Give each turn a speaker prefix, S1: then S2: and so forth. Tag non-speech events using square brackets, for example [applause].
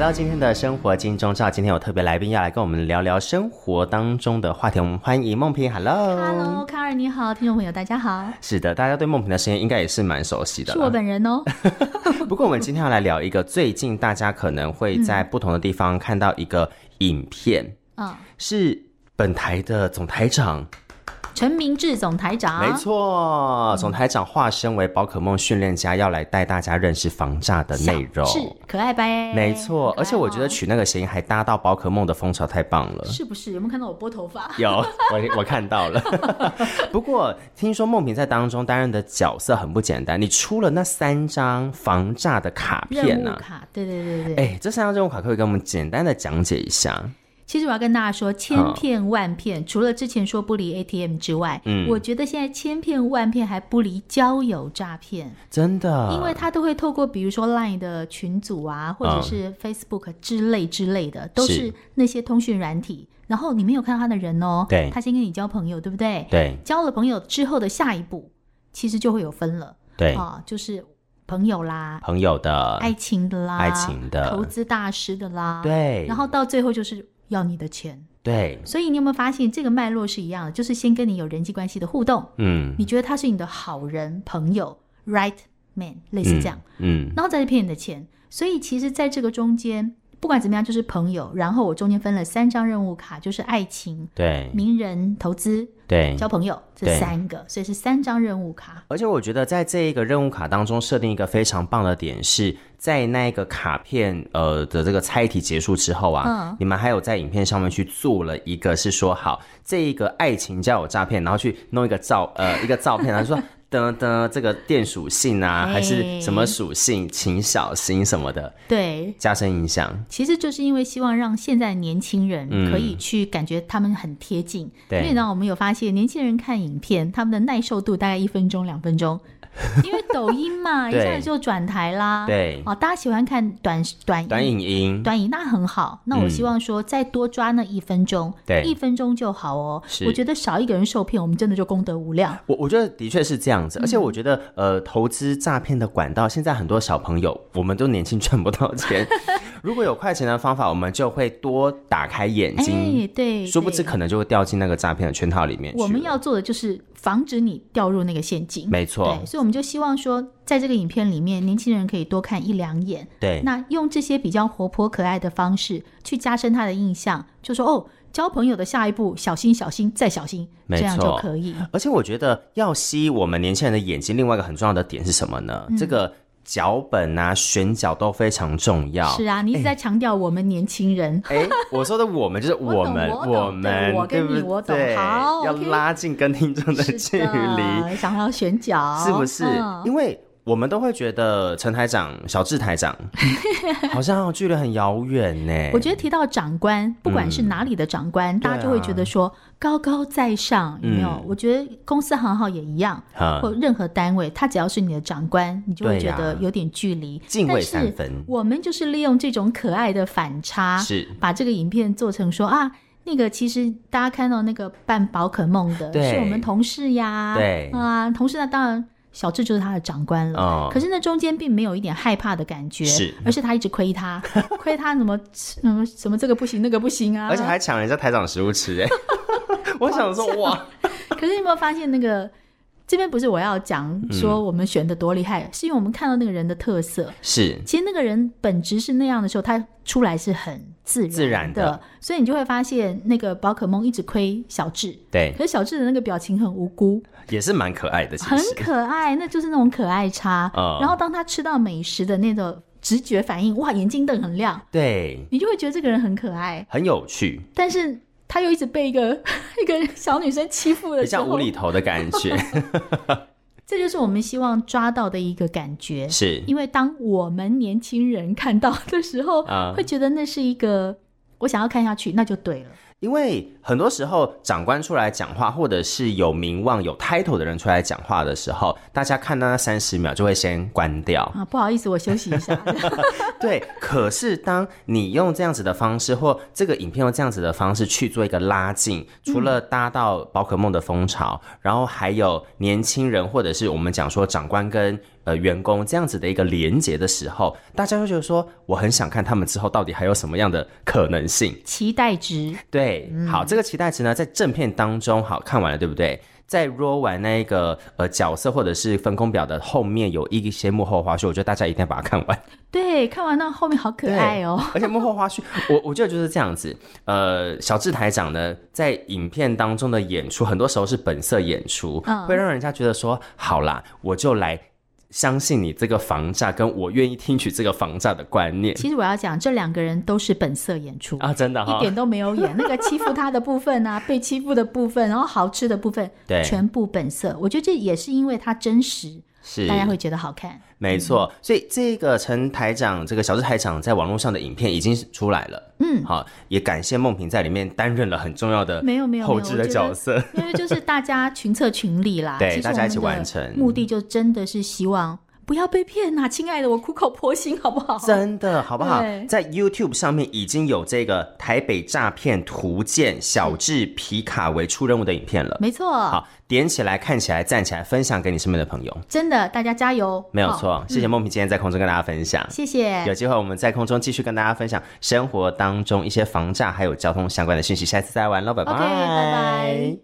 S1: 到今天的生活金钟罩，今天有特别来宾要来跟我们聊聊生活当中的话题。我们欢迎梦萍，Hello。
S2: Hello，卡尔你好，听众朋友大家好，
S1: 是的，大家对梦萍的声音应该也是蛮熟悉的
S2: 是
S1: 了。
S2: 我本人
S1: [laughs]
S2: 哦。
S1: 不过我们今天要来聊一个最近大家可能会在不同的地方看到一个影片，
S2: 嗯，
S1: 是本台的总台长，
S2: 陈明志总台长，
S1: 没，
S2: 嗯
S1: 错，总台长化身为宝可梦训练家，要来带大家认识防诈的内容。
S2: 是可爱呗，
S1: 没错，
S2: 可爱
S1: 而且我觉得
S2: 哦
S1: 取那个谐音还搭到宝可梦的风潮，太棒了。
S2: 是不是有没有看到我拨头 [laughs] 发？
S1: 有，我我看
S2: [laughs]
S1: 到了。不过听说梦萍在当中担任的角色很不简单，你出了那三张防诈的卡
S2: 任
S1: 片呢、
S2: 务
S1: 啊？
S2: 卡，对对对对对。
S1: 哎，这三张任务卡可不可以给我们简单的讲解一下？
S2: 其实我要跟大家说，千
S1: 嗯
S2: 骗万骗，除了之前说不离 ATM 之外，
S1: 嗯
S2: 我觉得现在千骗万骗还不离交友诈骗，
S1: 真的，
S2: 因为他都会透过比如说 LINE 的群组啊，或者是 Facebook 之类之类的，都
S1: 是
S2: 是那些通讯软体。然后你没有看到他的人哦，
S1: 对
S2: 他先跟你交朋友，对不对？
S1: 对
S2: 交了朋友之后的下一步，其实就会有分了
S1: 对、
S2: 啊，就是朋友啦、
S1: 朋友的
S2: 爱情的啦、
S1: 爱情的
S2: 投资大师的啦，。
S1: 对，
S2: 啊然后到最后就是要你的钱，
S1: 对，
S2: 所以你有没有发现这个脉络是一样的？就是先跟你有人际关系的互动，
S1: 嗯，
S2: 你觉得他是你的好人、朋友，right man，类似这样，
S1: 嗯，嗯，
S2: 然后再去骗你的钱。所以其实在这个中间，不管怎么样，就是朋友。然后我中间分了三张任务卡，就是爱情、
S1: 对
S2: 名人、投资、
S1: 对。
S2: 交朋友这
S1: 对
S2: 三个，所以是三张任务卡。
S1: 而且我觉得在这一个任务卡当中设定一个非常棒的点是，在那个卡片呃的这个猜题结束之后啊，
S2: 嗯
S1: 你们还有在影片上面去做了一个是说好这一个爱情交友诈骗，然后去弄一个照呃一个照片，然后说噔噔这个电属性啊还是什么属性，请小心什么的，
S2: 对，
S1: 加深影响。
S2: 其实就是因为希望让现在的年轻人
S1: 嗯
S2: 可以去感觉他们很贴近，
S1: 对
S2: 因为呢，我们有发现年轻人看影片，他们的耐受度大概一分钟、两分
S1: [laughs]
S2: 钟，因为抖音嘛，一
S1: 对
S2: 下子就转台啦。，
S1: 对，
S2: 哦，大家喜欢看短短
S1: 短影音，
S2: 短影那很好，那我
S1: 嗯
S2: 希望说再多抓那一分钟，
S1: 对
S2: 一分钟就好哦
S1: 是。
S2: 我觉得少一个人受骗，我们真的就功德无量。
S1: 我我觉得的确是这样子，而
S2: 嗯
S1: 且我觉得、呃，投资诈骗的管道，现在很多小朋友，我们都年轻赚不到
S2: [laughs]
S1: 钱，如果有快钱的方法，我们就会多打开眼睛，
S2: 哎，对，
S1: 殊不
S2: 对
S1: 知可能就会掉进那个诈骗的圈套里面去了。
S2: 我们要做的就是防止你掉入那个陷阱。
S1: 没错
S2: 对，，所以我们就希望说，在这个影片里面，年轻人可以多看一两眼，
S1: 对
S2: 那用这些比较活泼可爱的方式去加深他的印象，就说哦，交朋友的下一步，小心小心再小心，
S1: 没
S2: 这样就
S1: 错
S2: 可以。
S1: 而且我觉得要吸我们年轻人的眼睛，另外一个很重要的点是什么呢？
S2: 嗯
S1: 这个脚本啊、选角都非常重要。
S2: 是啊，你一直在强调我们年轻人，
S1: 哎，我说的我们就是
S2: 我懂
S1: 们，
S2: 我懂
S1: 我们，
S2: 对我跟
S1: 对不
S2: 你我懂
S1: 对
S2: 好
S1: 要
S2: OK
S1: 拉近跟听众的
S2: 是
S1: 距离。
S2: 的，想要选角，
S1: 是不是？
S2: 嗯
S1: 因为我们都会觉得陈台长、小智台
S2: [laughs]
S1: 长好像距离很遥远呢。
S2: 我觉得提到长官，不管是
S1: 嗯
S2: 哪里的长官，大家就会觉得说高高在上，有没有？
S1: 啊嗯
S2: 我觉得公司行号也一样，
S1: 啊
S2: 或任何单位，他只要是你的长官，你就会
S1: 对
S2: 觉
S1: 呀
S2: 得有点距离。
S1: 敬畏
S2: 但
S1: 三
S2: 是
S1: 分
S2: 我们就是利用这种可爱的反差，
S1: 是
S2: 把这个影片做成说啊。那个其实大家看到那个扮宝可梦的
S1: 对
S2: 是我们同事呀，
S1: 对
S2: 啊，同事那当然小智就是他的长官了，
S1: 哦
S2: 啊可是那中间并没有一点害怕的感觉，
S1: 是
S2: 而是他一直亏他， [laughs] 亏他什么什么什么这个不行那个不行啊，
S1: 而且还抢人家台长食物吃
S2: [laughs]
S1: 哎。我想说哇，
S2: 可是你有没有发现那个这边不是我要讲说
S1: 嗯
S2: 我们选的多厉害，是因为我们看到那个人的特色。
S1: 是
S2: 其实那个人本质是那样的时候，他出来是很自然
S1: 自然的
S2: 所以你就会发现那个宝可梦一直亏小智，
S1: 对，
S2: 可是小智的那个表情很无辜，
S1: 也是蛮可爱的，其
S2: 很
S1: 实
S2: 可爱，那就是那种可爱差。
S1: 嗯
S2: 然后当他吃到美食的那种直觉反应，哇，眼睛瞪很亮，
S1: 对，
S2: 你就会觉得这个人很可爱，
S1: 很有趣，
S2: 但是他又一直被一个 [laughs] 一个小女生欺负
S1: 比
S2: 的时
S1: 较
S2: 候
S1: 无，厘头的感觉
S2: 这就是我们希望抓到的一个感觉，
S1: [laughs] 是
S2: 因为当我们年轻人看到的时候，
S1: 啊
S2: 会觉得那是一个我想要看下去，那就对了。
S1: 因为很多时候长官出来讲话，或者是有名望、有 title 的人出来讲话的时候，大家看到那三十秒就会先关掉。
S2: 啊，不好意思，我休息
S1: [laughs]
S2: 一下。
S1: 对，可是当你用这样子的方式，或这个影片用这样子的方式去做一个拉近，除了搭到宝可梦的风潮，然后还有年轻人，或者是我们讲说长官跟呃员工这样子的一个连接的时候，大家会觉得说，我很想看他们之后到底还有什么样的可能性。
S2: 期待值
S1: 对，好，这个期待值呢，在正片当中好看完了，对不对？在 roll 完那个呃角色或者是分工表的后面有一些幕后花絮，我觉得大家一定要把它看完。
S2: 对，看完那后面好可
S1: 对
S2: 爱哦、
S1: [laughs] 而且幕后花絮，我我觉得就是这样子。呃，小智台长呢，在影片当中的演出，很多时候是本色演出，
S2: 嗯
S1: 会让人家觉得说，好啦，我就来相信你这个防诈，跟我愿意听取这个防诈的观念
S2: 其实我要讲，这两个人都是本色演出，
S1: 啊，真的哈、
S2: 一点都没有演那个欺负他的部分啊，被欺负的部分，然后好吃的部分，
S1: 对
S2: 全部本色。我觉得这也是因为他真实，
S1: 是
S2: 大家会觉嗯得好看。
S1: 没错，所以这个陈台长，这个小智台长在网络上的影片已经出来了。嗯，好，也感谢梦萍在里面担任了很重要的
S2: 没有没有没有
S1: 呃后置的角色。
S2: [laughs] 因为就是大家群策群力啦，
S1: 对
S2: 其实
S1: 大家一起
S2: 我们的
S1: 完成
S2: 目的就真的是希望不要被骗呐、亲爱的，我苦口婆心好不好？
S1: 真的好不好
S2: 哦对？
S1: 在 YouTube 上面已经有这个台北诈骗图鉴小智皮卡为出任务的影片了。
S2: 没错，
S1: 好，点起来，看起来，站起来，分享给你身边的朋友，
S2: 真的，大家加油！
S1: 没有
S2: 好，
S1: 错。谢谢梦萍今天在空中跟大家分享。
S2: 谢谢，
S1: 有机会我们在空中继续跟大家分享生活当中一些防诈还有交通相关的讯息，下次再玩喽，拜拜，
S2: OK，拜拜。